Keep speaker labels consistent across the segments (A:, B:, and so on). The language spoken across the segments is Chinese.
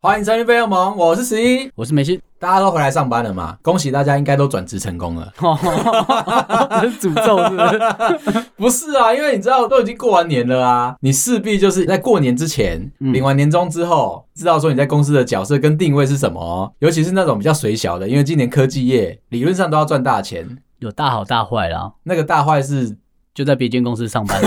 A: 欢迎收听《飞鸿盟》，我是十一。
B: 我是梅西，
A: 大家都回来上班了嘛？恭喜大家，应该都转职成功了。
B: 哦，这是诅咒是不是？
A: 不是啊，因为你知道都已经过完年了啊，你势必就是在过年之前、
B: 嗯
A: 领完年终之后，知道说你在公司的角色跟定位是什么哦。尤其是那种比较水小的，因为今年科技业理论上都要赚大钱，
B: 有大好大坏啦，
A: 那个大坏是，
B: 就在别间公司上班，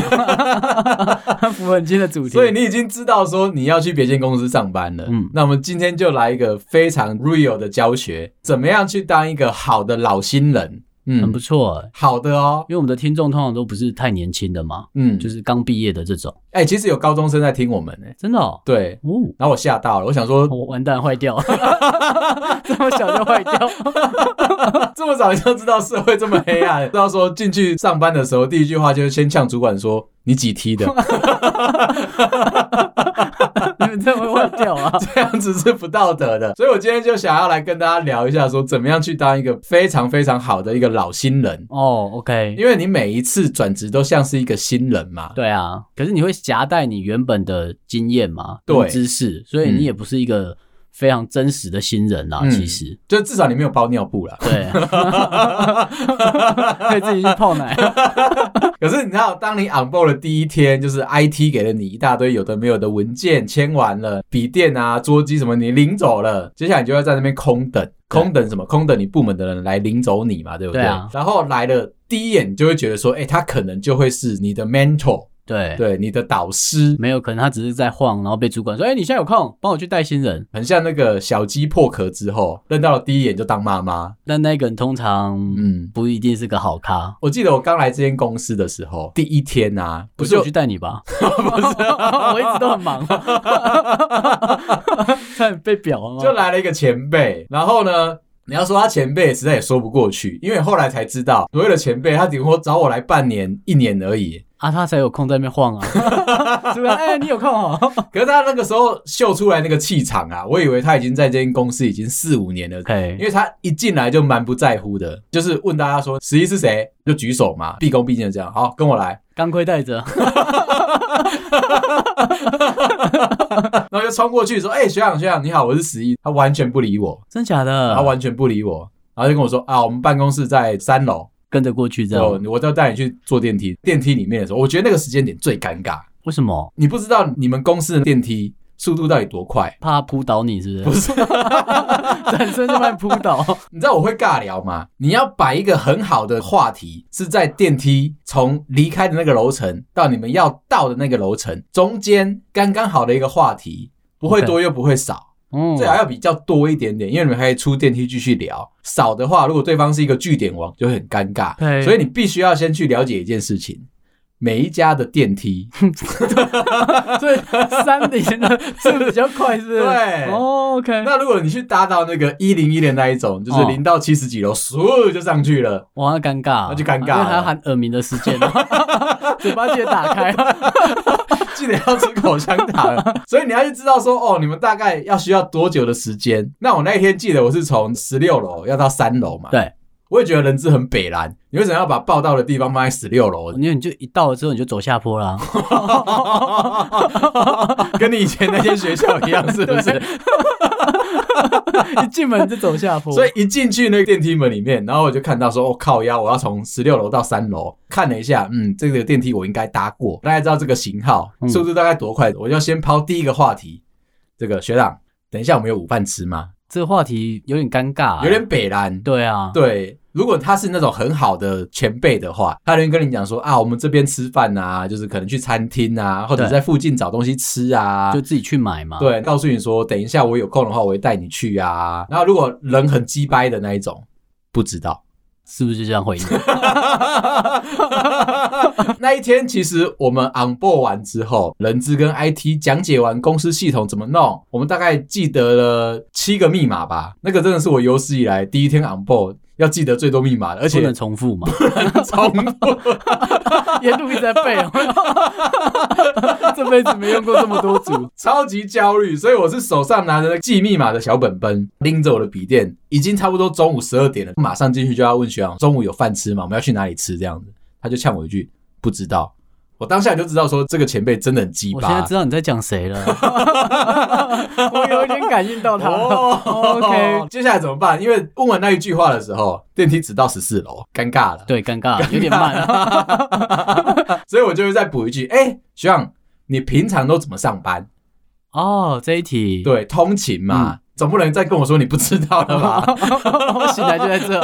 B: 符合你今天的主题。
A: 所以你已经知道说你要去别间公司上班了。嗯
B: 嗯，
A: 那我们今天就来一个非常 real 的教学，怎么样去当一个好的老新人？
B: 很
A: 嗯
B: 不，错欸，
A: 好的哦
B: 因。为我们的听众通常都不是太年轻的嘛，
A: 嗯，就
B: 就是是刚毕业的这种，
A: 哎、其实有高中生在听我们呢、
B: 真的哦。
A: 对，
B: 哦，
A: 然后我吓到了，我想说
B: 我哦完蛋，坏 掉，这么小就坏掉，
A: 这么早就知道社会这么黑暗，知道说进去上班的时候，第一句话就是先呛主管说你几梯的，！
B: 你们这会坏掉啊
A: 这样子是不道德的。所以我今天就想要来跟大家聊一下，说怎么样去当一个非常非常好的一个老新人，
B: 哦，OK，
A: 因为你每一次转职都像是一个新人嘛。
B: 对啊，可是你会夹带你原本的经验嘛，
A: 对
B: 跟知识，所以
A: 嗯
B: 你也不是一个非常真实的新人啦，
A: 嗯
B: 其实。，
A: 就至少你没有包尿布啦
B: 对， 可以自己去泡奶。
A: 可是你知道，当你 on board 的第一天，就是 IT 给了你一大堆有的没有的文件，签完了，笔电啊、桌机什么你领走了，接下来你就要在那边空等，空等什么？空等你部门的人来领走你嘛，对不对？
B: 对啊
A: 然后来了第一眼，你就会觉得说，哎、他可能就会是你的 mentor，
B: 对，
A: 对，你的导师，
B: 没有可能他只是在晃，然后被主管说：“哎、你现在有空，帮我去带新人。
A: 很像那个小鸡破壳之后，认到了第一眼就当妈妈，”
B: 但那个人通常
A: 嗯。
B: 不一定是个好咖。
A: 我记得我刚来这间公司的时候，第一天啊，
B: 不
A: 不
B: 是
A: 是
B: 我去带你吧？ 不是，啊 我一直都很忙，差点被表了
A: 就
B: 吗？
A: 来了一个前辈，然后呢，你要说他前辈，实在也说不过去，因为后来才知道，所谓的前辈，他顶多找我来半年、一年而已。
B: 啊，他才有空在那边晃啊， 是不是？哎、你有空哦。
A: 可是他那个时候秀出来那个气场啊，我以为他已经在这间公司已经四五年了。因
B: OK，
A: 为他一进来就蛮不在乎的，就是问大家说十一是谁，就举手嘛，毕恭毕敬的这样，好，跟我来，
B: 钢盔带着，
A: 然后就冲过去说，哎、学长学长你好，我是十一，他完全不理我，
B: 真假的
A: 他？完全不理我，然后就跟我说啊，我们办公室在三楼，
B: 跟着过去这
A: 就
B: 样，
A: 哦我就带你去坐电梯，电梯里面的时候，我觉得那个时间点最尴尬。
B: 为什么？
A: 你不知道你们公司的电梯速度到底多快，
B: 怕他扑倒你是不
A: 不
B: 是？
A: 是？
B: 转身就把你扑 倒。
A: 你知道我会尬聊吗？你要摆一个很好的话题，是在电梯从离开的那个楼层到你们要到的那个楼层中间刚刚好的一个话题，不会
B: OK
A: 多又不会少。
B: 嗯，
A: 最好要比较多一点点，因为你们可以出电梯继续聊。少的话，如果对方是一个据点王，就会很尴尬。
B: 对
A: 所以你必须要先去了解一件事情：每一家的电梯，
B: 所以山顶的是比较快，是不是？
A: 对
B: 哦，OK、o k
A: 那如果你去搭到那个一零一的那一种，就是
B: 哦
A: 零到七十几楼，嗖就上去了，
B: 哇，那尴尬，啊
A: 那就尴尬
B: 因
A: 了
B: 为还要喊耳鸣的时 间，啊嘴巴记得打开。啊
A: 记得要吃口香糖。 所以你要去知道说，哦，你们大概要需要多久的时间？那我那一天记得我是从十六楼要到三楼嘛，
B: 对，
A: 我也觉得人资很北蓝，你为什么要把报道的地方放在十六楼？
B: 因为你就一到了之后你就走下坡啦，
A: 跟你以前那间学校一样，是不是？
B: 一进门就走下坡，
A: 所以一进去那个电梯门里面，然后我就看到说，哦、靠腰，我要从十六楼到三楼。看了一下，嗯，这个电梯我应该搭过，大概知道这个型号，
B: 嗯
A: 速度大概多快。我就先抛第一个话题，这个学长，等一下我们有午饭吃吗？
B: 这个话题有点尴尬、啊
A: 有点北蓝，
B: 对啊，
A: 对。如果他是那种很好的前辈的话，他能跟你讲说啊，我们这边吃饭啊，就是可能去餐厅啊，或者
B: 对
A: 在附近找东西吃啊，
B: 就自己去买嘛。，
A: 对，告诉你说，等一下我有空的话，我会带你去啊。然后如果人很鸡掰的那一种，不知道。
B: 是不是就这样回应？
A: 那一天其实我们 on board 完之后，人资跟 IT 讲解完公司系统怎么弄，我们大概记得了七个密码吧。那个真的是我有史以来第一天 on board。要记得最多密码的，而
B: 不
A: 且
B: 能重复嘛，
A: 重复。
B: 沿路一直在背哦， 这辈子没用过这么 多组，
A: 超级焦虑，所以我是手上拿着记密码的小本本，拎着我的笔电，已经差不多中午十二点了，马上进去就要问学长中午有饭吃吗？我们要去哪里吃这样子，他就呛我一句不知道。我当下就知道说这个前辈真的很鸡
B: 我现在
A: 巴
B: 知。道你在讲谁 了，我有一点感应到他了。
A: 哦
B: OK
A: 接下来怎么办？因为问完那一句话的时候，电梯只到十四楼，尴尬了。
B: 对，尴尬，有点慢。啊
A: 所以我就会再补一句：哎、学长，你平常都怎么上班？
B: 哦，这一题，
A: 对，通勤嘛，
B: 嗯
A: 总不能再跟我说你不知道了吧？
B: 我醒来就在 这。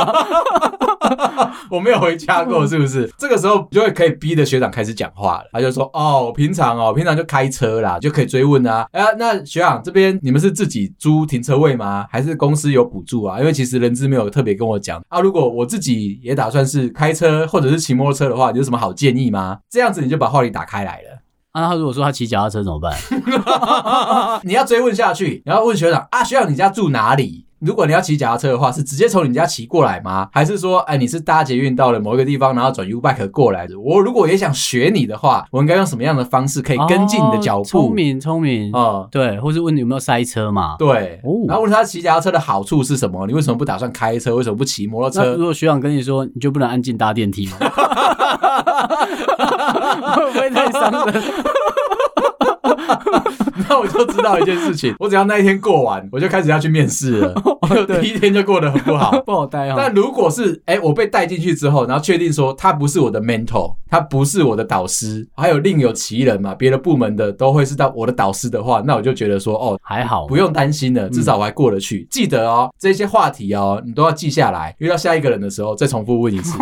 A: 我没有回家过，是不是？这个时候就会可以逼着学长开始讲话了。他就说：“哦，我平常哦，平常就开车啦，就可以追问啊。哎、呀，那学长这边你们是自己租停车位吗？还是公司有补助啊？因为其实人资没有特别跟我讲啊。如果我自己也打算是开车或者是骑摩托车的话，你有什么好建议吗？这样子你就把话题打开来了。
B: 啊，他如果说他骑脚踏车怎么办？
A: 你要追问下去，你要问学长啊，学长你家住哪里？如果你要骑脚踏车的话，是直接从你家骑过来吗？还是说，哎，你是搭捷运到了某一个地方，然后转 U bike 过来的？我如果也想学你的话，我应该用什么样的方式可以跟进你的脚
B: 哦
A: 步？
B: 聪明聪明，
A: 哦、
B: 对，或是问你有没有塞车嘛。
A: 对。
B: 哦
A: 然后问他骑脚踏车的好处是什么？你为什么不打算开车？为什么不骑摩托
B: 那
A: 车
B: 如？果学长跟你说，你就不能安静搭电梯吗？ 会不会太伤人？
A: 那我就知道一件事情，我只要那一天过完，我就开始要去面试 了。
B: 哦
A: 我 第一天就过得很不好。
B: 不好待哦。
A: 但如果是哎、诶我被带进去之后，然后确定说他不是我的 mentor，他不是我的导师，还有另有其人嘛，别的部门的都会是到我的导师的话，那我就觉得说哦。
B: 还好，
A: 不用担心了，
B: 嗯
A: 至少我还过得去。记得哦，这些话题哦，你都要记下来，遇到下一个人的时候再重复问 一次。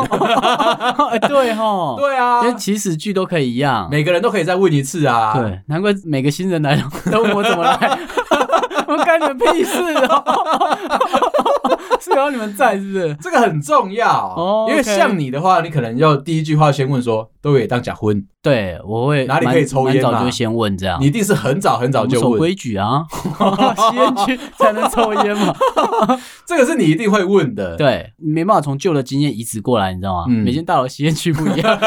B: 哎 对哈，
A: 对啊
B: 因，为起始句都可以一样。
A: 每个人都可以再问一次啊。，
B: 对，难怪每个新人来了都问我怎么来， 我干你们屁事哦！ 是有你们在是不是？
A: 这个很重要
B: 哦
A: 因为
B: OK
A: 像你的话，你可能要第一句话先问说，都也当假婚，
B: 对，我会
A: 哪里可以抽
B: 蛮
A: 烟嘛
B: 蛮早就会先问这样。
A: 你一定是很早很早
B: 我们
A: 就
B: 守
A: 问，
B: 规 矩啊，吸烟区才能抽烟嘛。
A: 这个是你一定会问的。
B: 对，你没办法从旧的经验移植过来，你知道吗？
A: 嗯
B: 每间大楼吸烟区不一样。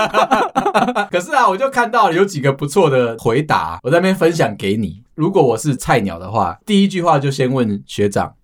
A: 可是啊，我就看到有几个不错的回答，我在那边分享给你。如果我是菜鸟的话，第一句话就先问学长。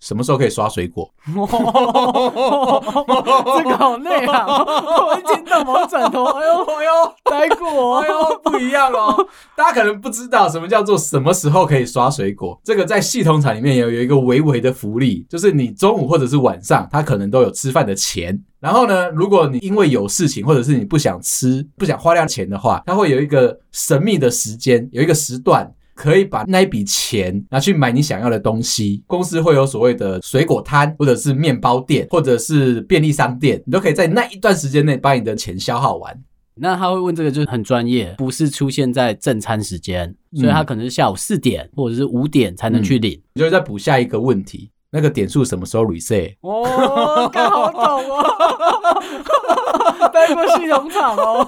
A: 什么时候可以刷水果？
B: 这个好累啊！ 我一听到我转头，哎呦
A: 哎呦，
B: 待过，
A: 哎呦，不一样哦！大家可能不知道什么叫做什么时候可以刷水果，这个在系统厂里面也有一个微微的福利，就是你中午或者是晚上，它可能都有吃饭的钱。然后呢，如果你因为有事情，或者是你不想吃、不想花掉钱的话，它会有一个神秘的时间，有一个时段。可以把那一笔钱拿去买你想要的东西。公司会有所谓的水果摊，或者是面包店，或者是便利商店，你都可以在那一段时间内把你的钱消耗完。
B: 那他会问这个就是很专业，不是出现在正餐时间，
A: 嗯
B: 所以他可能是下午四点或者是五点才能去领。
A: 你就再补下一个问题，那个点数什么时候 reset？
B: 哦，看好懂 哦，待过系统厂哦。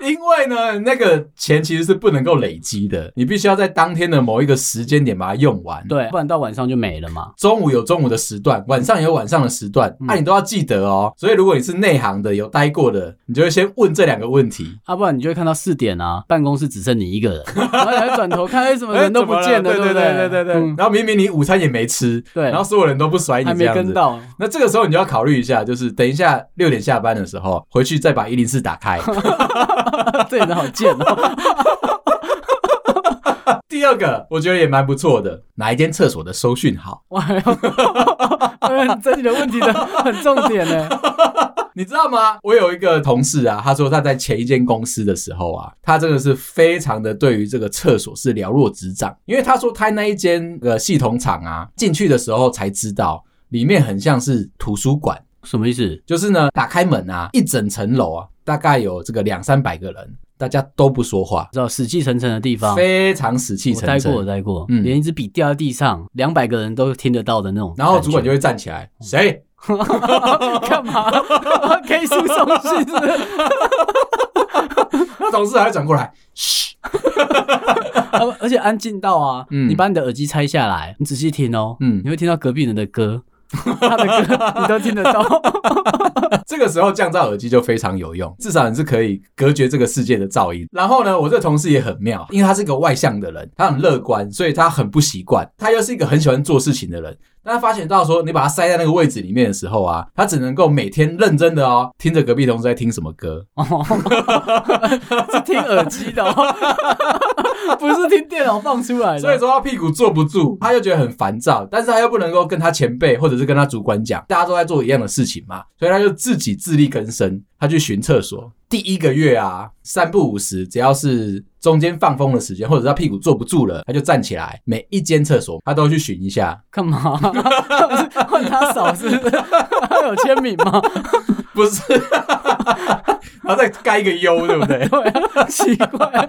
A: 因为呢，那个钱其实是不能够累积的，你必须要在当天的某一个时间点把它用完。，
B: 对，不然到晚上就没了嘛。
A: 中午有中午的时段，晚上有晚上的时段，啊
B: 嗯
A: 那、你都要记得哦。所以如果你是内行的，有待过的，你就会先问这两个问题。
B: 啊，不然你就会看到四点啊，办公室只剩你一个人，然后你会转头看，哎，怎么人都不见了，
A: 哎怎么
B: 不对
A: 对对对对对
B: 嗯
A: 然后明明你午餐也没吃，
B: 对
A: 然后所有人都不甩你
B: 还
A: 这
B: 没
A: 样
B: 跟
A: 子。
B: 到，
A: 那这个时候你就要考虑一下，就是等一下六点下班的时候回去再把一零四打开。
B: 这人好贱哦。
A: 第二个我觉得也蛮不错的，哪一间厕所的收讯好？
B: 哇，哎这你的问题的很重点呢。
A: 你知道吗？我有一个同事啊，他说他在前一间公司的时候啊，他真的是非常的对于这个厕所是了若指掌，因为他说他那一间呃系统厂啊，进去的时候才知道里面很像是图书馆，
B: 什么意思？
A: 就是呢打开门啊，一整层楼啊，大概有这个两三百个人，大家都不说话，
B: 知道死气沉沉的地方，
A: 非常死气
B: 我
A: 沉
B: 待过，我
A: 沉。
B: 待过，
A: 嗯
B: 连一支笔掉在地上，两百个人都听得到的那种感觉。
A: 然后主管就会站起来，
B: 嗯
A: 谁？
B: 干嘛？可以诉讼是不 是？
A: 那同事还会转过来，嘘。
B: 而而且安静到啊，
A: 嗯
B: 你把你的耳机拆下来，你仔细听哦，
A: 嗯
B: 你会听到隔壁人的歌，他的歌你都听得到。
A: 这个时候降噪耳机就非常有用，至少你是可以隔绝这个世界的噪音。然后呢，我这个同事也很妙，因为他是一个外向的人，他很乐观，所以他很不习惯。他又是一个很喜欢做事情的人，但他发现到说，你把他塞在那个位置里面的时候啊，他只能够每天认真的哦，听着隔壁同事在听什么歌，
B: 是听耳机的、 哦，不是听电脑放出来的。
A: 所以说他屁股坐不住，他又觉得很烦躁，但是他又不能够跟他前辈或者是跟他主管讲，大家都在做一样的事情嘛，所以他就自己自力更生，他去寻厕所。第一个月啊，三不五时，只要是中间放风的时间，或者是他屁股坐不住了，他就站起来，每一间厕所他都去寻一下。
B: 干嘛？换他嫂是不是？他有签名吗？
A: 不 是，然后再盖一个 U，对不 对？
B: 对啊，奇怪，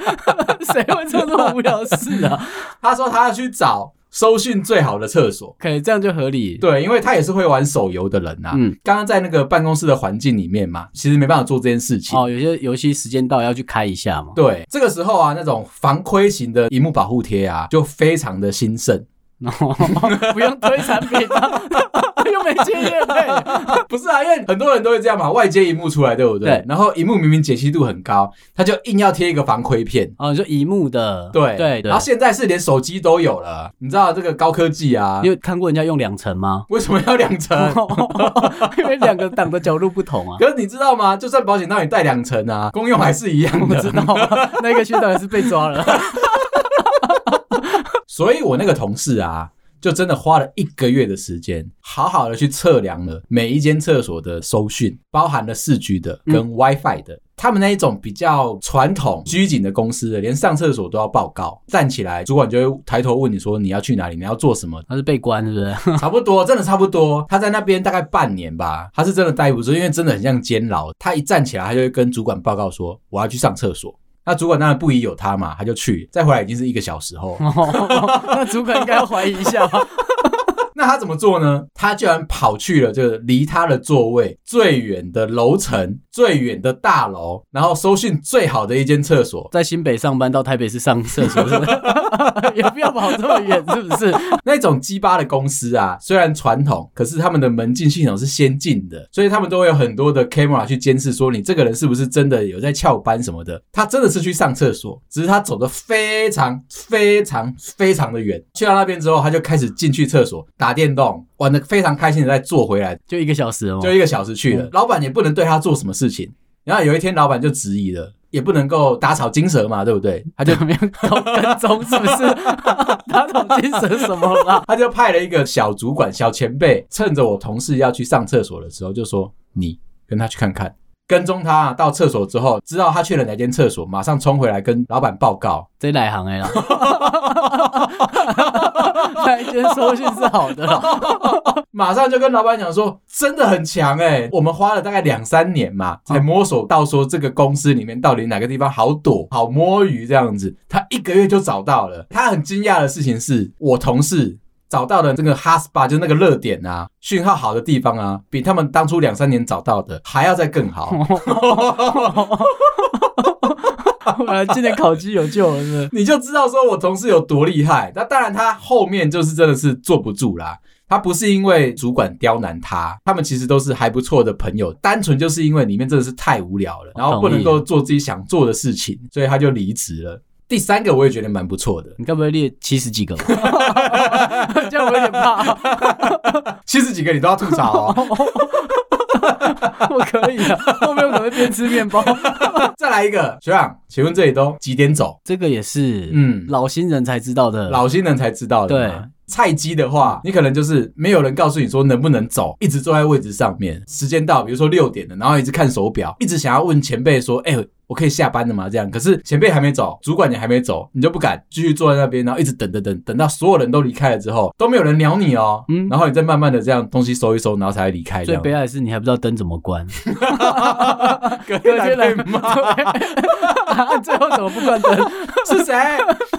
B: 谁会做这么无聊的事啊？
A: 他说他要去找收讯最好的厕所。
B: 可以这样就合理。
A: 对，因为他也是会玩手游的人呐、啊。
B: 嗯
A: 刚刚在那个办公室的环境里面嘛，其实没办法做这件事情。
B: 哦，有些游戏时间到要去开一下嘛。
A: 对，这个时候啊，那种防窥型的荧幕保护贴啊，就非常的兴盛。
B: 然后 不用推产品啊，又没接业配，
A: 不是啊，因为很多人都会这样嘛，外接荧幕出来，对不对？
B: 对
A: 然后荧幕明明解析度很高，他就硬要贴一个防窥片。
B: 哦，你说一幕的，
A: 对
B: 对对
A: 然后。现在是连手机都有了，你知道这个高科技啊
B: 你，有看过人家用两层吗？
A: 为什么要两 层？
B: 因为两个挡的角度不同 啊。
A: 可是你知道吗？就算保险套你戴两层啊，功用还是一样
B: 我知
A: 的。
B: 道啊，那个学长也是被抓了。
A: 所以我那个同事啊，就真的花了一个月的时间，好好的去测量了每一间厕所的收讯，包含了四 G 的跟 WiFi 的。他们那一种比较传统拘谨的公司的，连上厕所都要报告，站起来，主管就会抬头问你说你要去哪里，你要做什么，
B: 他是被关是不是？
A: 差不多，真的差不多。他在那边大概半年吧，他是真的待不住，因为真的很像监牢。他一站起来，他就会跟主管报告说我要去上厕所。那主管当然不疑有他嘛，他就去，再回来已经是一个小时后。
B: 那主管应该要怀疑一下吧？
A: 那他怎么做呢？他居然跑去了这个离他的座位最远的楼层、最远的大楼，然后收讯最好的一间厕 所。
B: 在新北上班到台北市上厕所是不 是？有必要跑这么远是不是？
A: 那种鸡巴的公司啊，虽然传统，可是他们的门禁系统是先进的，所以他们都会有很多的 camera 去监视，说你这个人是不是真的有在翘班什么的。他真的是去上厕所，只是他走的非常非常非常的远。去到那边之后，他就开始进去厕所打电动，玩的非常开心的再坐回来，
B: 就一个小时哦
A: 就。一个小时去了，老板也不能对他做什么事情。然后有一天，老板就质疑了，也不能够打草惊蛇嘛，对不对？他
B: 他
A: 就
B: 就没有搞跟踪，是不 是？打草惊蛇什么啦？
A: 他就派了一个小主管、小前辈，趁着我同事要去上厕所的时候，就说：“你跟他去看看，跟踪他啊到厕所之后，知道他去了哪间厕所，马上冲回来跟老板报告。
B: 这哪行哎 啦？那一间收讯是好的啦，
A: 马上就跟老板讲说，真的很强哎、我们花了大概两三年嘛，才摸索到说这个公司里面到底哪个地方好躲、好摸鱼这样子。他一个月就找到了。他很惊讶的事情是我同事。找到的这个 hot spot 就是那个热点啊，讯号好的地方啊，比他们当初两三年找到的还要再更好。
B: 啊，今年烤鸡有救了，是不是？
A: 你就知道说我同事有多厉害。那当然，他后面就是真的是坐不住啦。他不是因为主管刁难他，他们其实都是还不错的朋友，单纯就是因为里面真的是太无聊了，然后不能够做自己想做的事情，所以他就离职了。第三个我也觉得蛮不错的，
B: 你该不会列七十几个吧？ 这样我有点怕，
A: 七十几个你都要吐槽哦。
B: 我可以啊，后面我可能会边吃面包。
A: 再来一个，学长，请问这里都几点走？
B: 这个也是，
A: 嗯
B: 嗯，老新人才知道的。
A: 老新人才知道的嘛。
B: 对嗯
A: 菜鸡的话，你可能就是没有人告诉你说能不能走，一直坐在位置上面，时间到，比如说六点了，然后一直看手表，一直想要问前辈说，哎、我可以下班了吗？这样，可是前辈还没走，主管也还没走，你就不敢继续坐在那边，然后一直等等等，等到所有人都离开了之后，都没有人鸟你哦，
B: 嗯
A: 然后你再慢慢的这样东西收一收，然后才会离开这
B: 最
A: 样。
B: 悲哀的是你还不知道灯怎么 关，
A: 隔
B: 隔天来
A: 来
B: 骂
A: 被骂
B: 对 最后怎么不关灯？
A: 是 谁？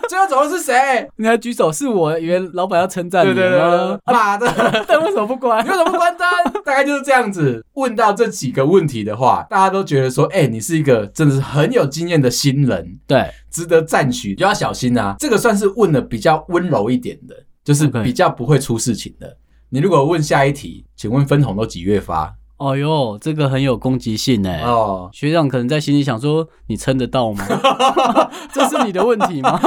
A: 最后走的是谁？
B: 你还举手，是我，以为老板要称赞你
A: 对对对
B: 吗
A: 对，？妈的！
B: 灯为什么不 关
A: 你？为什么不关灯？大概就是这样子。问到这几个问题的话，大家都觉得说，哎、你是一个真的是很有经验的新人，
B: 对，
A: 值得赞许，就要小心啊。这个算是问的比较温柔一点的，就是
B: OK
A: 比较不会出事情的。你如果问下一题，请问分红都几月发？
B: 哦哟，这个很有攻击性哎、
A: 哦，
B: 学长可能在心里想说：“你撑得 到吗？这是你的问题吗。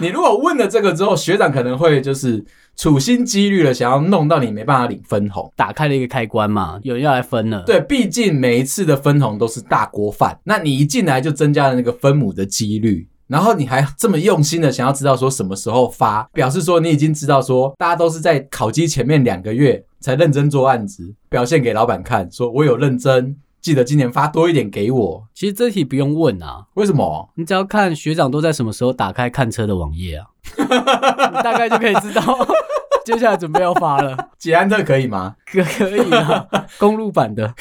A: 你如果问了这个之后，学长可能会就是处心积虑的想要弄到你没办法领分红？”
B: 打开了一个开关嘛，有人要来分了。，
A: 对，毕竟每一次的分红都是大锅饭，那你一进来就增加了那个分母的几率。然后你还这么用心的想要知道说什么时候发，表示说你已经知道说大家都是在烤鸡前面两个月才认真做案子，表现给老板看，说我有认真，记得今年发多一点给我。
B: 其实这题不用问啊，
A: 为什么？
B: 你只要看学长都在什么时候打开看车的网 页啊，你大概就可以知道 接下来准备要发了。
A: 捷安特可以吗
B: 可可以 啊，公路版的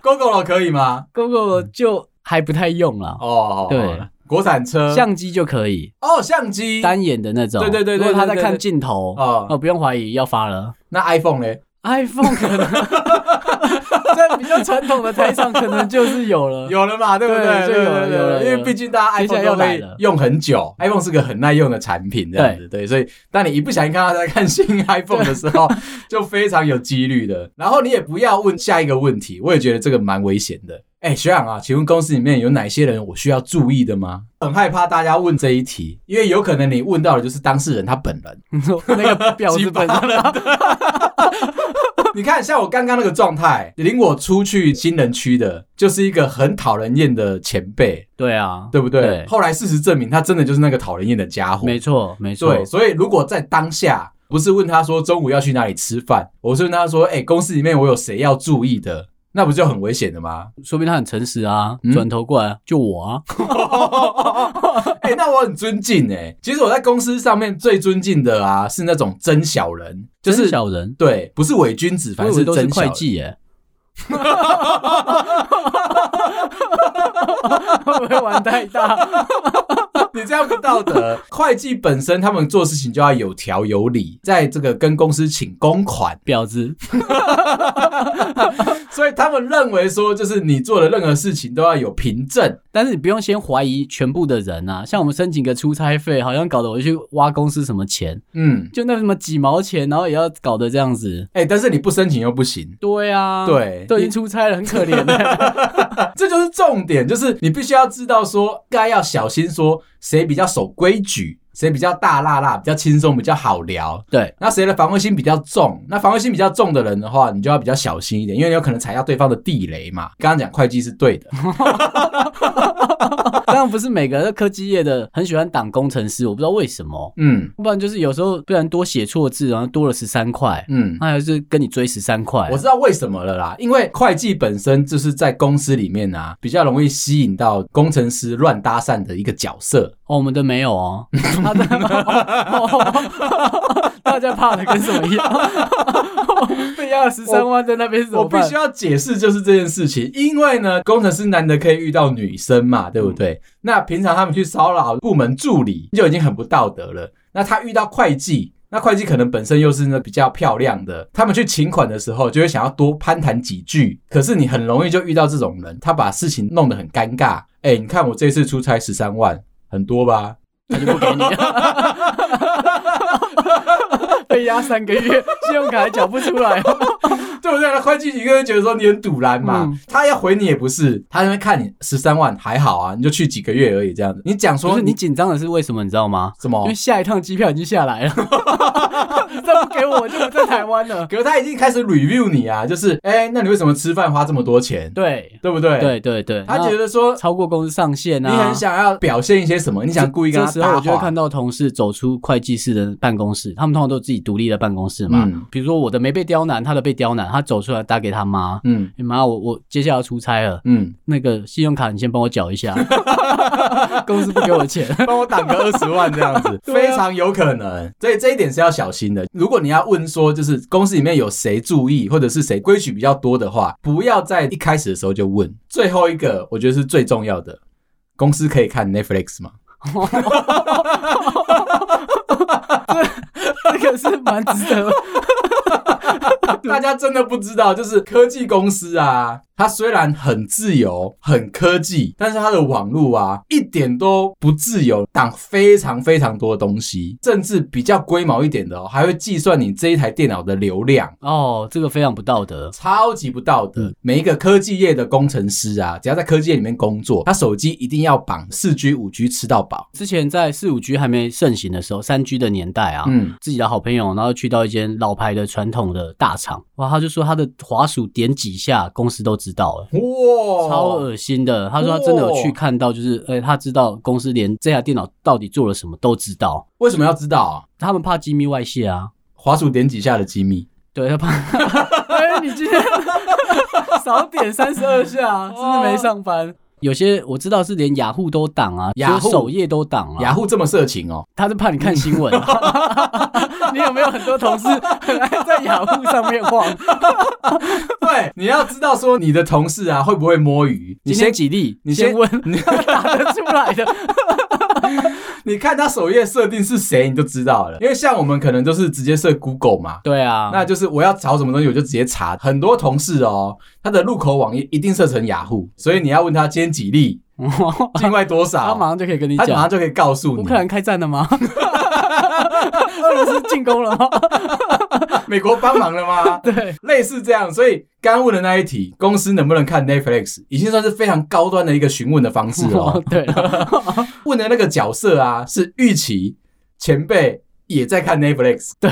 A: ？GoGo 可以吗？
B: GoGo 就还不太用啦，
A: 哦，
B: 对，
A: 国产车
B: 相机就可以，
A: 哦，相机
B: 单眼的那种。
A: 对对对对
B: 如果他在
A: 对对
B: 看
A: 对
B: 镜头，
A: 哦
B: 哦，不用怀疑要发了。
A: 那 iPhone 嘞？
B: iPhone 可 能在比较传统的台上可能就是有了。
A: 有了嘛，对不对？
B: 对就有了
A: 对对
B: 有了
A: 对因
B: 有
A: 为
B: 了
A: 毕竟大家
B: 接下
A: iPhone
B: 来
A: 都
B: 要
A: 可
B: 来
A: 以
B: 了
A: 用很久，iPhone 是个很耐用的产品，这样子对，所以当你一不小心看到他在看新 iPhone 的时候，就非常有几率的。 然后你也不要问下一个问题，我也觉得这个蛮危险的。哎，学长啊，请问公司里面有哪些人我需要注意的吗？很害怕大家问这一题，因为有可能你问到的就是当事人他本人。
B: 你说那个婊子本身，
A: 你看，像我刚刚那个状态，领我出去新人区的，就是一个很讨人厌的前辈，
B: 对啊，
A: 对不对？
B: 对
A: 后来事实证明，他真的就是那个讨人厌的家伙。
B: 没错没错
A: 对，，所以如果在当下不是问他说中午要去哪里吃饭，我是问他说，哎、公司里面我有谁要注意的，那不就很危险的吗？
B: 说明他很诚实啊
A: 嗯，
B: 转头过来就我啊，
A: 哎、那我很尊敬哎、其实我在公司上面最尊敬的啊，是那种真小人，就
B: 真
A: 是
B: 小人，
A: 对，不是伪君子，
B: 我
A: 反
B: 以
A: 正
B: 为
A: 是
B: 都是
A: 真小
B: 会
A: 人。
B: 计耶。会不会玩太大？
A: 你这样不道德。 会计本身他们做事情就要有条有理，在这个跟公司请公款，
B: 婊子，
A: 所以他们认为说，就是你做的任何事情都要有凭证。
B: 但是你不用先怀疑全部的人啊。像我们申请个出差费，好像搞得我去挖公司什么钱，
A: 嗯，
B: 就那什么几毛钱，然后也要搞得这样子。
A: 哎、但是你不申请又不行。
B: 对啊，
A: 对
B: 都已经出差了，很可怜 的。
A: 这就是重点，就是你必须要知道说，该要小心说谁比较守规矩，谁比较大辣辣，比较轻松，比较好聊。
B: 对，
A: 那谁的防卫心比较重？那防卫心比较重的人的话，你就要比较小心一点，因为你有可能踩到对方的地雷嘛。刚刚讲会计是 对的，
B: 当然不是每个科技业的很喜欢挡工程师，我不知道为什么。
A: 嗯
B: 不然就是有时候不然多写错字，然后多了十三块，
A: 嗯。
B: 他还是跟你追十三块
A: 我。知道为什么了啦，因为会计本身就是在公司里面啊，比较容易吸引到工程师乱搭讪的一个角色。
B: 哦，我们的没有 哦，他的 大家怕的跟什么一样？ 被压了十三万在那边是怎
A: 我
B: 么
A: 必
B: 办
A: 须？要解释就是这件事情，因为呢，工程师难得可以遇到女生嘛，对不
B: 嗯
A: 对？那平常他们去骚扰部门助理就已经很不道德了，那他遇到会计。那会计可能本身又是呢比较漂亮的，他们去请款的时候就会想要多攀谈几句，可是你很容易就遇到这种人，他把事情弄得很尴尬。哎、你看我这次出差十三万，很多吧？
B: 他就不给你。被压三个月，信用卡还缴不出来、
A: 对不对？那会计一个人觉得说你很堵然嘛，
B: 嗯
A: 他要回你也不是，他在那边看你十三万还好啊，你就去几个月而已这样子。你讲
B: 不
A: 说
B: 是你紧张的是为什么？你知道吗？
A: 什
B: 因
A: 么
B: 为？下一趟机票已经下 来了，你再不给我，我就不在台湾了。
A: 可是他已经开始 review 你啊，就是哎、那你为什么吃饭花这么多钱？
B: 对，
A: 对不对？，
B: 对对对，
A: 他
B: 然后
A: 觉得说
B: 超过公司上限
A: 你
B: 啊，
A: 很想要表现一些什么，你想故意跟
B: 这
A: 他
B: 时候
A: 搭
B: 我就会
A: 话
B: 看。到同事走出会计室的办公室，他们通常都有自己独立的办公室嘛。
A: 嗯
B: 比如说我的没被刁难，他的被刁难，他走出来打给他妈。
A: 嗯
B: 欸妈，我我接下来要出差了，
A: 嗯，
B: 那个信用卡你先帮我缴一 下，公司不给我 钱。
A: 帮我挡个二十万这样子，
B: 对啊
A: 非常有可能。所以这一点是要小心的。如果你要问说，就是公司里面有谁注意，或者是谁规矩比较多的话，不要在一开始的时候就问。最后一个，我觉得是最重要的。公司可以看 Netflix 吗？
B: 这个是蛮值得
A: 大家真的不知道，就是科技公司啊，它虽然很自由、很科技，但是它的网络啊，一点都不自由，挡非常非常多的东西，甚至比较龟毛一点的哦，还会计算你这一台电脑的流量。
B: 哦，这个非常不道德。
A: 超级不道德。
B: 嗯
A: 每一个科技业的工程师啊，只要在科技业里面工作，他手机一定要绑四 G、五 G 吃到饱。
B: 之前在四五 G 还没盛行的时候，三 G 的年代啊，
A: 嗯，
B: 自己的好朋友，然后去到一间老牌的传统的大厂，哇，他就说他的滑鼠点几下，公司都知道了。
A: 哇，
B: 超恶心的，他说他真的有去看到，就是，哎、他知道公司连这台电脑到底做了什么都知道，
A: 为什么要知道啊？
B: 他们怕机密外泄啊，
A: 滑鼠点几下的机密，
B: 对他怕， 哎、你今天 少点三十二下，啊真的没上班。有些我知道是连雅虎都挡啊，
A: 雅虎
B: 就是首页都挡啊，
A: 雅虎这么色情哦，
B: 他是怕你看新闻、啊。你有没有很多同事很爱在雅虎上面晃？
A: 对，你要知道说你的同事啊会不会摸鱼，你
B: 今
A: 先
B: 天几例？
A: 你先
B: 先问，
A: 你
B: 打得出来的。
A: 你看他首页设定是谁，你就知道了。因为像我们可能就是直接设 Google 嘛，
B: 对啊，
A: 那就是我要找什么东西，我就直接查。很多同事哦，他的入口网页一定设成雅虎，所以你要问他今天几例， 境外多
B: 他
A: 少，
B: 马上就可以跟你
A: 他马
B: 讲
A: 上，就可以告诉
B: 乌
A: 你
B: 克。兰开战 了吗？俄罗斯进攻了吗？
A: 美国帮忙了吗？
B: 对，
A: 类似这样，所以刚刚问的那一题，公司能不能看 Netflix，已经算是非常高端的一个询问的方式了。
B: 哦对啊了，
A: 问的那个角色啊，是预期前辈也在看 Netflix，
B: 对，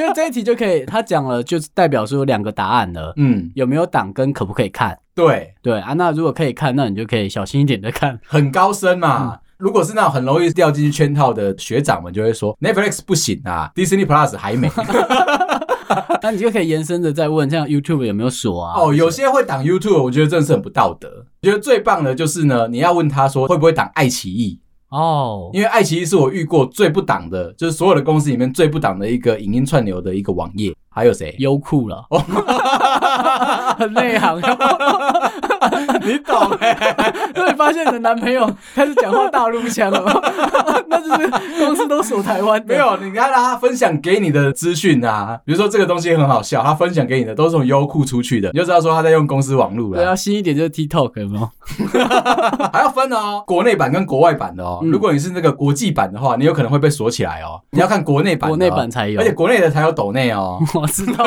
B: 因为这一题就可以，他讲了，就是代表说有两个答案了，
A: 嗯，
B: 有没有党跟可不可以看？
A: 对，
B: 对啊，那如果可以看，那你就可以小心一点 的看。
A: 很高深嘛。
B: 嗯
A: 如果是那种很容易掉进去圈套的学长们，就会说 Netflix 不行啊，Disney Plus 还 没
B: 那你就可以延伸的再问，像 YouTube 有没有锁啊？
A: 哦。有些会挡 YouTube，我觉得真的是很不道德。我觉得最棒的就是呢，你要问他说会不会挡爱奇艺，
B: 哦，
A: 因为爱奇艺是我遇过最不挡的，就是所有的公司里面最不挡的一个影音串流的一个网页。还有 谁？
B: 优酷了，很内 行。
A: 你懂、
B: 欸因为发现你的男朋友开始讲话大陆腔了吗？ 那就是公司都锁台湾 的，
A: 没有，你看他分享给你的资讯啊，比如说这个东西很好笑，他分享给你的都是从优酷出去的，你就知道说他在用公司网络
B: 对
A: 了。
B: 啊，新一点就是 TikTok 有没有？
A: 还要分哦，国内版跟国外版的哦。
B: 嗯
A: 如果你是那个国际版的话，你有可能会被锁起来哦。你要看国内版的哦、
B: 国内版啊才有
A: 而且国内的才有抖内哦。
B: 我知 道，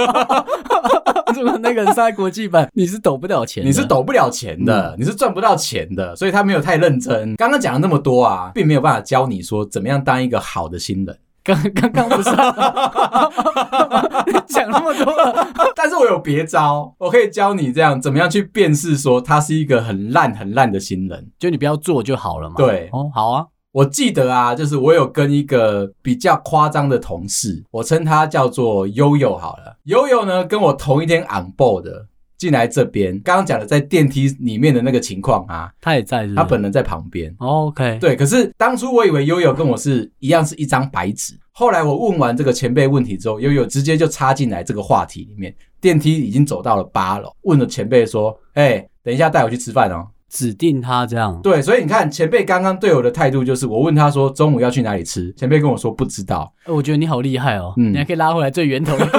B: 如果那个人是在国际版，你是抖不了钱的，嗯
A: 你是抖不了钱的，你是赚不到钱的，所以他没有太认真。刚刚讲了那么多啊，并没有办法教你说怎么样当一个好的新人。
B: 刚刚刚不是啊 你讲那么多了，
A: 但是我有别招，我可以教你这样怎么样去辨识说他是一个很烂很烂的新人。
B: 就你不要做就好了嘛。
A: 对
B: 哦，好啊，
A: 我记得啊，就是我有跟一个比较夸张的同事，我称他叫做悠悠好了。悠悠呢跟我同一天 on board 的进来这边，刚刚讲的在电梯里面的那个情况啊，
B: 他也在是不是，
A: 他本人在旁边。
B: 哦 OK，
A: 对，可是当初我以为悠悠跟我是一样是一张白纸，后来我问完这个前辈问题之后，悠悠直接就插进来这个话题里面。电梯已经走到了八楼，问了前辈说：“哎、等一下带我去吃饭哦。
B: 指定他这”样，
A: 对，所以你看前辈刚刚对我的态度就是，我问他说中午要去哪里吃，前辈跟我说不知道。
B: 哎我觉得你好厉害哦，
A: 嗯
B: 你还可以拉回来最源头的故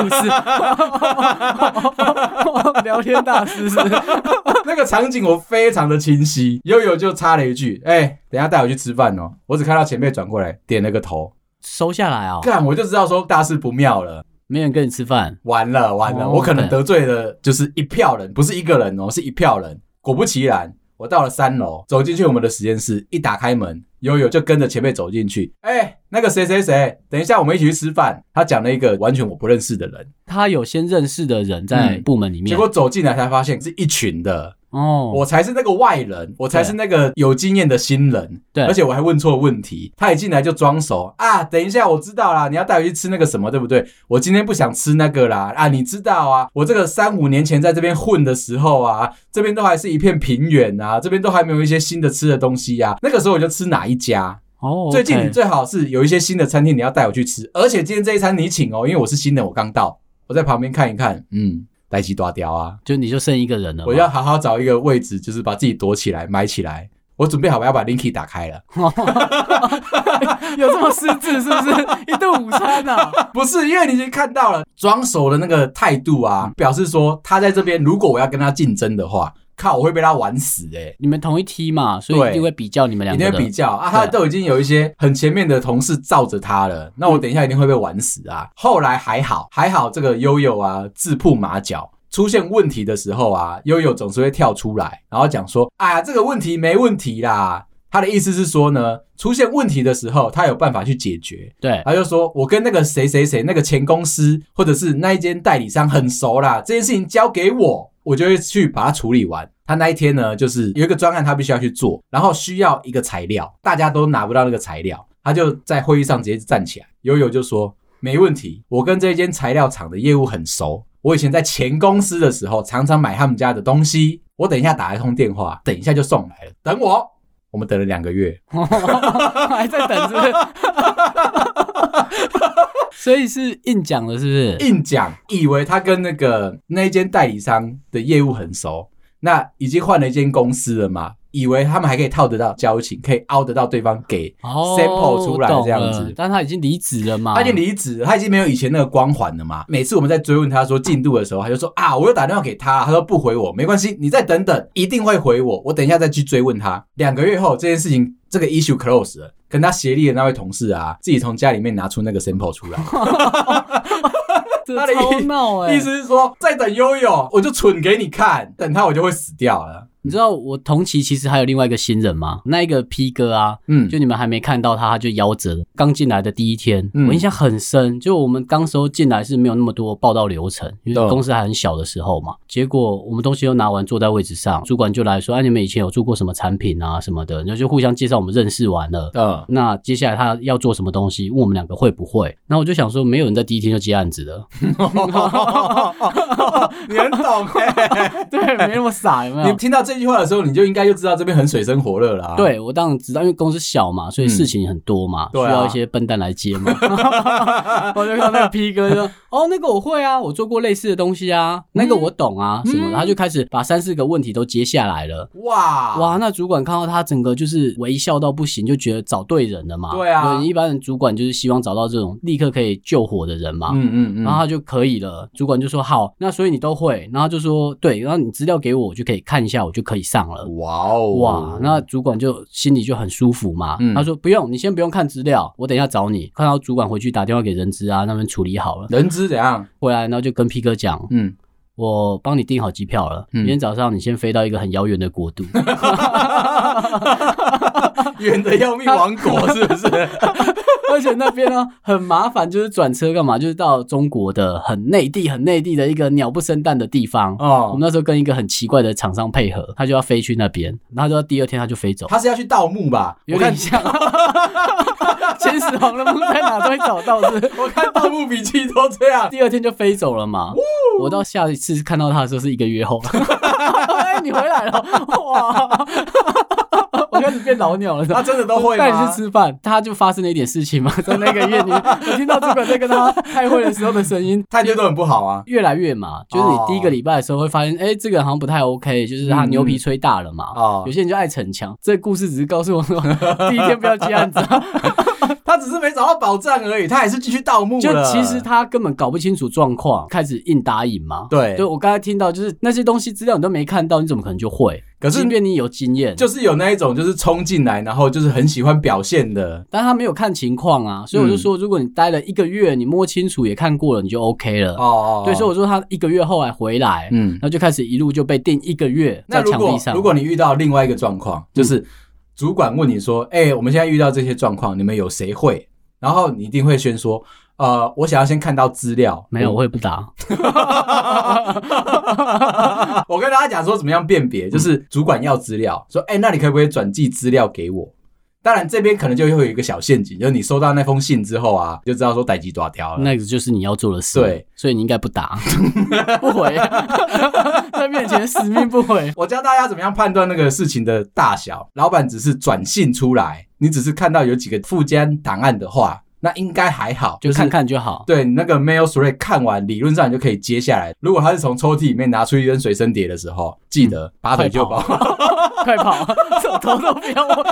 B: 事， 聊天大师是不是。
A: 那个场景我非常的清晰，悠悠就插了一句：“哎、等一下带我去吃饭哦。”我只看到前辈转过来点了个头，
B: 收下来啊、哦，
A: 干我就知道说大事不妙了。
B: 没人跟你吃饭，
A: 完了完了，
B: 哦
A: 我可能得罪了就是一票人，不是一个人哦，是一票人。果不其然，我到了三楼，走进去我们的实验室，一打开门，悠悠就跟着前辈走进去。哎、那个谁谁谁，等一下我们一起去吃饭。他讲了一个完全我不认识的人，
B: 他有先认识的人在
A: 嗯
B: 部门里
A: 结
B: 面，
A: 果走进来才发现是一群的，
B: 哦，
A: 我才是那个外人，我才是那个有经验的新人。
B: 对
A: 而且我还问错问题，他一进来就装熟啊，等一下我知道啦，你要带我去吃那个什么，对不对？我今天不想吃那个啦，啊，你知道啊，我这个三五年前在这边混的时候啊，这边都还是一片平原啊，这边都还没有一些新的吃的东西呀、啊，那个时候我就吃哪一家。
B: 哦，
A: 最近你
B: OK
A: 最好是有一些新的餐厅，你要带我去吃，而且今天这一餐你请哦，因为我是新人，我刚到，我在旁边看一看，嗯，呆鸡大雕啊。
B: 就你就剩一个人了嘛，
A: 我要好好找一个位置，就是把自己躲起来、埋起来。我我准备好我要把 Linky 打开了。
B: 有这么失智是 不是？一顿午餐啊，
A: 不是，因为你已经看到了装熟的那个态度啊，表示说他在这边，如果我要跟他竞争的话，靠，我会被他玩死哎、
B: 你们同一梯嘛，所
A: 对
B: 以一定会比较你们
A: 一
B: 两
A: 定
B: 个
A: 会比
B: 的。
A: 较啊，他
B: 对
A: 都已经有一些很前面的同事罩着他了，那我等一下一定会被玩死啊。后来还好，还好这个悠悠啊自曝马脚。出现问题的时候啊，悠悠总是会跳出来，然后讲说：“哎呀，这个问题没问题啦。”他的意思是说呢，出现问题的时候，他有办法去解决。
B: 对，
A: 他就说：“我跟那个谁谁谁那个前公司或者是那一间代理商很熟啦，这件事情交给我，我就会去把它处理完。”他那一天呢，就是有一个专案，他必须要去做，然后需要一个材料，大家都拿不到那个材料，他就在会议上直接站起来，悠悠就说：“没问题，我跟这间材料厂的业务很熟，我以前在前公司的时候常常买他们家的东西，我等一下打一通电话，等一下就送来了，等我。”我们等了两个月，
B: 还在等是不 是？所以是硬讲的，是不是？
A: 硬讲，以为他跟那个那一间代理商的业务很熟，那已经换了一间公司了嘛，以为他们还可以套得到交情，可以凹得到对方给。
B: 哦
A: sample 出来
B: 我懂
A: 这样
B: 了
A: 子
B: 但他已经离职了嘛？
A: 他已经离职了，他已经没有以前那个光环了嘛。每次我们在追问他说进度的时候，他就说啊，我又打电话给他，他说不回我，没关系，你再等等，一定会回我，我等一下再去追问他。两个月后，这件事情这个 issue close 了，跟他协力的那位同事啊，自己从家里面拿出那个 sample 出来，
B: 这
A: 他的意
B: 超闹哎、
A: 意思是说再等悠悠，我就蠢给你看，等他我就会死掉了。
B: 你知道我同期其实还有另外一个新人吗？那一个 P 哥啊，
A: 嗯，
B: 就你们还没看到他，他就夭折了。刚进来的第一天，
A: 嗯
B: 我印象很深。就我们刚时候进来是没有那么多报道流程，因
A: 懂
B: 为公司还很小的时候嘛。结果我们东西都拿完，坐在位置上，主管就来说：“哎、你们以前有做过什么产品啊什么的？”然后就互相介绍，我们认识完了。
A: 嗯，
B: 那接下来他要做什么东西？问我们两个会不会？然后我就想说，没有人在第一天就接案子的，
A: 你很懂哎、
B: 对，没那么傻，有没
A: 你？听到这句话的时候，你就应该就知道这边很水深火热了、啊。，
B: 对，我当然知道，因为公司小嘛，所以事情很多嘛，
A: 嗯对啊
B: 需要一些笨蛋来接 嘛。 我就看到那个 P 哥就说：“哦，那个我会啊，我做过类似的东西啊，
A: 嗯
B: 那个我懂啊，什么的。”他就开始把三四个问题都接下来了。
A: 哇
B: 哇，，那主管看到他整个就是微笑到不行，就觉得找对人了嘛。
A: 对啊
B: 一般人主管就是希望找到这种立刻可以救火的人嘛。
A: 嗯嗯
B: 然后
A: 嗯，
B: 他就可以了。主管就说好，那所以你都会，然后他就说对，然后你资料给我，我就可以看一下，我就可以上了。
A: 哇哦
B: 哇，那主管就心里就很舒服嘛。
A: 嗯
B: 他说不用，你先不用看资料，我等一下找你。看到主管回去打电话给人资啊，那边处理好了，
A: 人知怎样？
B: 回来然后就跟 P 哥讲，
A: 嗯，
B: 我帮你订好机票了，
A: 嗯
B: 明天早上你先飞到一个很遥远的 国度。
A: 远的要命，王国是不是？
B: 而且那边呢很麻烦，就是转车干嘛，就是到中国的很内地、很内地的一个鸟不生蛋的地方。我
A: 哦
B: 们，那时候跟一个很奇怪的厂商配合，他就要飞去那边，然后就到第二天他就飞走。
A: 他是要去盗墓吧？
B: 有
A: 我
B: 点
A: 看
B: 像， 秦始皇的墓在哪都会找到，是不是？
A: 我看《盗墓笔记》都这 样。
B: 第二天就飞走了嘛。我到下一次看到他的时候是一个 月后，哎，你回来了，哇！我开始变老鸟了，
A: 他真的都会
B: 带你
A: 吗
B: 去？吃饭，他就发生了一点事情嘛，在那个月里，我听到主管在跟他开会的时候的声音。
A: 态度都很不好啊。
B: 越来越嘛，就是你
A: 哦
B: 第一个礼拜的时候会发现，哎、这个人好像不太 OK，就是他
A: 嗯
B: 牛皮吹大了嘛。
A: 哦
B: 有些人就爱逞强，这故事只是告诉我说， 第一天不要接案子啊，
A: 他只是没找到宝藏而已，他还是继续盗墓
B: 就
A: 了。
B: 其实他根本搞不清楚状况，开始硬答应嘛。
A: 对
B: 对，我刚才听到就是那些东西资料你都没看到，你怎么可能就会？
A: 可是
B: 即便你有经验，就
A: 就是有那一种，就是冲进来，然后就是很喜欢表现的，
B: 但他没有看情况啊，所以我
A: 嗯
B: 就说，如果你待了一个月，你摸清楚也看过了，你就 OK 了。
A: 哦
B: 对，所以我说他一个月后来回来，
A: 嗯
B: 然，后就开始一路就被定一个月
A: 那
B: 在
A: 如
B: 墙
A: 果
B: 壁上。嗯
A: 如果你遇到另外一个状况，就是主管问你说：“哎、我们现在遇到这些状况，你们有谁会？”然后你一定会先说：“呃，我想要先看到资料。”
B: 没有，我会不打。
A: 我跟大家讲说怎么样辨别，就是主管要资料，说：“哎、那你可不可以转寄资料给我？”当然，这边可能就会有一个小陷阱，就是你收到那封信之后啊，就知道说逮鸡抓条了。
B: 那个就是你要做的事，
A: 对，
B: 所以你应该不打， 不回， 在面前死命不回。
A: 我教大家怎么样判断那个事情的大小。老板只是转信出来，你只是看到有几个附加档案的话，那应该还好，
B: 就看。看就好。
A: 对你那个 mail thread 看完，理论上你就可以接下来。如果他是从抽屉里面拿出一根随身碟的时候，记
B: 嗯
A: 得拔腿就跑。
B: 快跑，手头都不要 握，包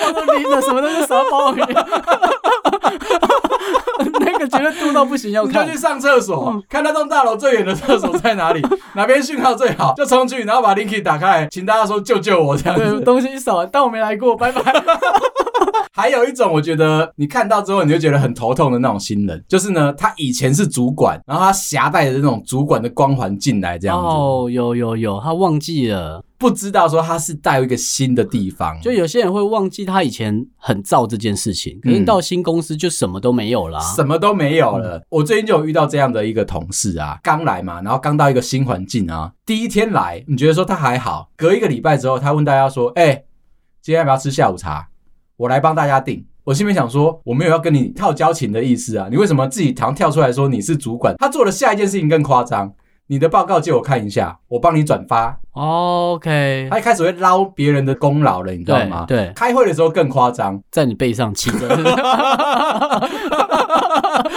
B: 包都拎着，什么都是啥包里面。 那个绝对多到不行，要
A: 你就
B: 看
A: 去。上厕所
B: 嗯，
A: 看那栋大楼最远的厕所在哪里，哪边讯号最好，就冲去，然后把 Linky 打开，请大家说救救我这样
B: 对，
A: 子。
B: 东西一扫，当我没来过，拜拜。
A: 还有一种，我觉得你看到之后，你就觉得很头痛的那种新人，就是呢，他以前是主管，然后他携带着那种主管的光环进来，这样子，
B: 哦，有有有，他忘记了。
A: 不知道说他是到一个新的地方，
B: 就有些人会忘记他以前很燥这件事情，可是
A: 嗯
B: 到新公司就什么都没有啦。
A: 什么都没有
B: 嗯
A: 了。我最近就有遇到这样的一个同事啊，刚来嘛，然后刚到一个新环境啊，第一天来，你觉得说他还好，隔一个礼拜之后，他问大家说：“哎、今天要不要吃下午茶？我来帮大家订。”我心里面想说，我没有要跟你套交情的意思啊，你为什么自己堂跳出来说你是主管？他做的下一件事情更夸张。你的报告借我看一下，我帮你转发。
B: OK，
A: 他一开始会捞别人的功劳了，你知道
B: 对
A: 吗？
B: 对，
A: 开会的时候更夸张，
B: 在你背上骑着，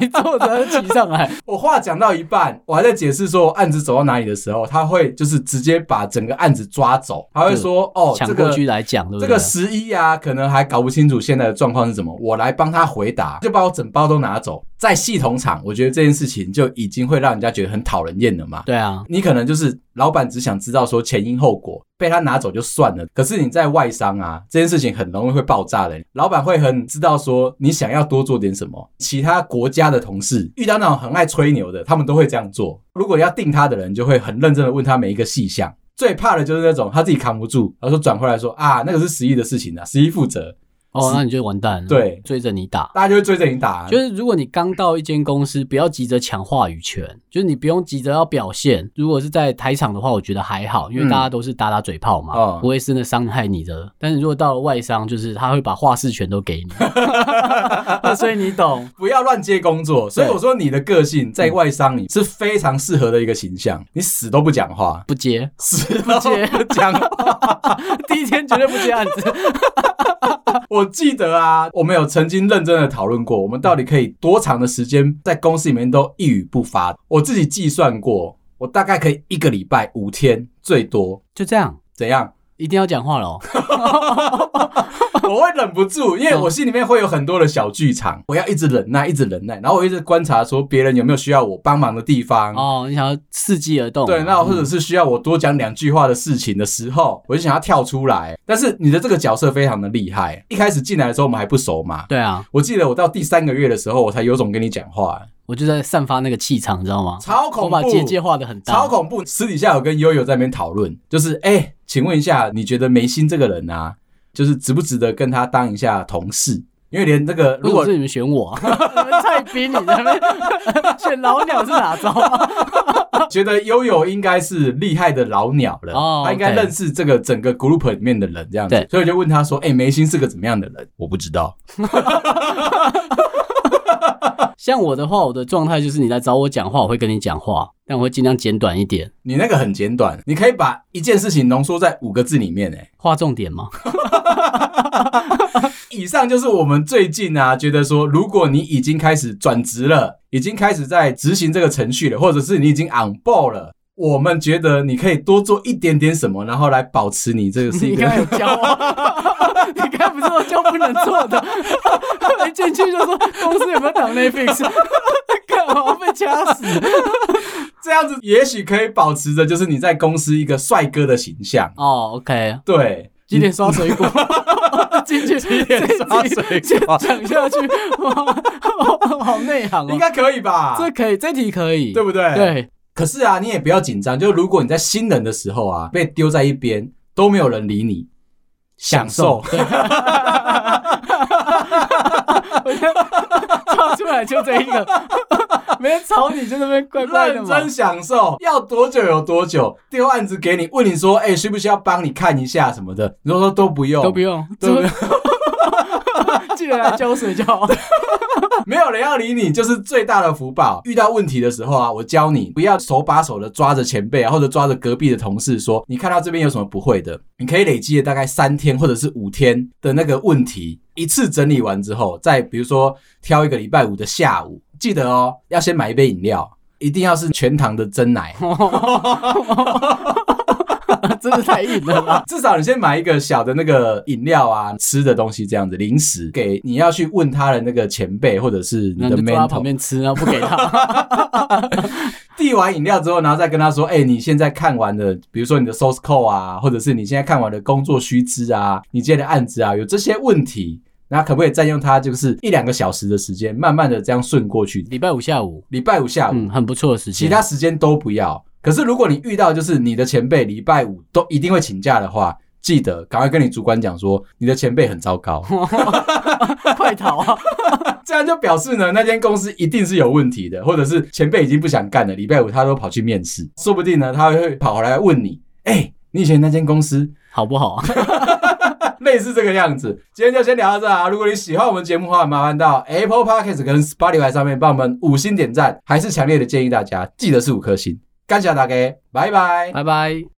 B: 你坐着骑上来，
A: 我话讲到一半，我还在解释说案子走到哪里的时候，他会就是直接把整个案子抓走，他会说：“哦，
B: 抢
A: 这
B: 过
A: 个
B: 去来讲，对不
A: 这
B: 对？
A: 个十一啊，可能还搞不清楚现在的状况是什么，我来帮他回答，就把我整包都拿走。”在系统厂，我觉得这件事情就已经会让人家觉得很讨人厌了嘛。
B: 对啊，
A: 你可能就是老板只想知道说前因后果，被他拿走就算了。可是你在外商啊，这件事情很容易会爆炸的。老板会很知道说你想要多做点什么。其他国家的同事遇到那种很爱吹牛的，他们都会这样做。如果要定他的人，就会很认真的问他每一个细项。最怕的就是那种他自己扛不住，然后说转回来说啊，那个是十一的事情啊，十一负责，
B: 哦，那你就完蛋了，
A: 对
B: 追着你打。
A: 大家就会追着你打。
B: 就是如果你刚到一间公司，不要急着抢话语权，就是你不用急着要表现。如果是在台场的话，我觉得还好，因为
A: 嗯
B: 大家都是打打嘴炮嘛，
A: 哦
B: 不会真的伤害你的。但是如果到了外商，就是他会把话事权都给 你，所以你懂。
A: 不要乱接工作，所以我说你的个性在外商里是非常适合的一个形象，你死都不讲话，
B: 不接，
A: 死不
B: 接
A: 不讲。
B: 第一天绝对不接案子。
A: 我记得啊，我们有曾经认真的讨论过，我们到底可以多长的时间在公司里面都一语不发。我自己计算过，我大概可以一个礼拜五天最多。
B: 就这样，
A: 怎 样？
B: 一定要讲 话喽。
A: 我会忍不住，因为我心里面会有很多的小剧场，我要一直忍耐，一直忍耐，然后我一直观察说别人有没有需要我帮忙的地方。
B: 哦，你想要伺机而动啊、
A: 对，那或
B: 嗯
A: 者是需要我多讲两句话的事情的时候，我就想要跳出来。但是你的这个角色非常的厉害，一开始进来的时候我们还不熟嘛，
B: 对啊，
A: 我记得我到第三个月的时候，我才有种跟你讲话，
B: 我就在散发那个气场，你知道吗？
A: 超恐
B: 我
A: 怖，
B: 把结界画的很大，
A: 超恐怖。私底下有跟悠悠在那边讨论，就是哎、请问一下，你觉得梅心这个人啊，就是值不值得跟他当一下同事？因为连这个如
B: 如果
A: 果
B: 是你们选 我，你们蔡斌，你在那边选老鸟是哪招啊？
A: 觉得悠悠应该是厉害的老鸟了，
B: 哦
A: 他应该
B: OK
A: 认识这个整个 group 里面的人这样子
B: 对，
A: 所以我就问他说：“哎、梅心是个怎么样的人？”我不知道，
B: 像我的话，我的状态就是你来找我讲话，我会跟你讲话，但我会尽量简短一点，
A: 你那个很简短，你可以把一件事情浓缩在五个字里面、哎。
B: 划重点嘛。
A: 以上就是我们最近啊，觉得说，如果你已经开始转职了，已经开始在执行这个程序了，或者是你已经 on board 了，我们觉得你可以多做一点点什么，然后来保持你这个是一
B: 你
A: 个
B: 刚。才有教 我，你刚才不是说教不能做的， 一进去就说公司有没有挡 Netflix，干嘛被掐 死？
A: 这样子也许可以保持着，就是你在公司一个帅哥的形象。
B: 哦，OK，
A: 对，
B: 几点刷水果？ 进去几
A: 点刷水果
B: 讲下去，哇好内行
A: 应
B: 哦。
A: 该可以吧？
B: 这可以，这题可以，
A: 对不对？。
B: 对，
A: 可是啊，你也不要紧张，就如果你在新人的时候啊，被丢在一边都没有人理你，享受。
B: 跳出来就这一个， 没人吵你就那边怪怪的
A: 认
B: 嘛
A: 真。享受，要多久有多久。丢案子给你，问你说，哎、需不需要帮你看一下什么的？你都说都不用，
B: 都不用，
A: 对不对，
B: 记得来浇水就好。
A: 没有人要理你，就是最大的福报。遇到问题的时候啊，我教你不要手把手的抓着前辈啊，或者抓着隔壁的同事说，你看到这边有什么不会的，你可以累积了大概三天或者是五天的那个问题。一次整理完之后，再比如说挑一个礼拜五的下午，记得哦，要先买一杯饮料，一定要是全糖的真奶，
B: 啊真的太 硬了啦。
A: 至少你先买一个小的那个饮料啊，吃的东西这样子，零食给你要去问他的那个前辈或者是你
B: 那
A: 的
B: 你就坐他
A: mentor
B: 旁。边吃，然后不给 他。
A: 递完饮料之后，然后再跟他说：“哎、你现在看完的，比如说你的 source code 啊，或者是你现在看完的工作须知啊，你接的案子啊，有这些问题，那可不可以占用它就是一两个小时的时间，慢慢的这样顺过去？
B: 礼拜五下午，
A: 礼拜五下午，
B: 嗯，很不错的时间。
A: 其他时间都不要。可是如果你遇到就是你的前辈礼拜五都一定会请假的话，记得赶快跟你主管讲说你的前辈很糟糕，
B: 快逃啊！
A: 这样就表示呢那间公司一定是有问题的，或者是前辈已经不想干了，礼拜五他都跑去面试，说不定呢他会跑回来问你，哎、你以前那间公司
B: 好不好？啊
A: 类似这个样子。今天就先聊到这啊！如果你喜欢我们节目的话，麻烦到 Apple Podcast 跟 Spotify 上面帮我们五星点赞，还是强烈的建议大家记得是五颗星。感谢大家，拜拜。
B: 拜拜。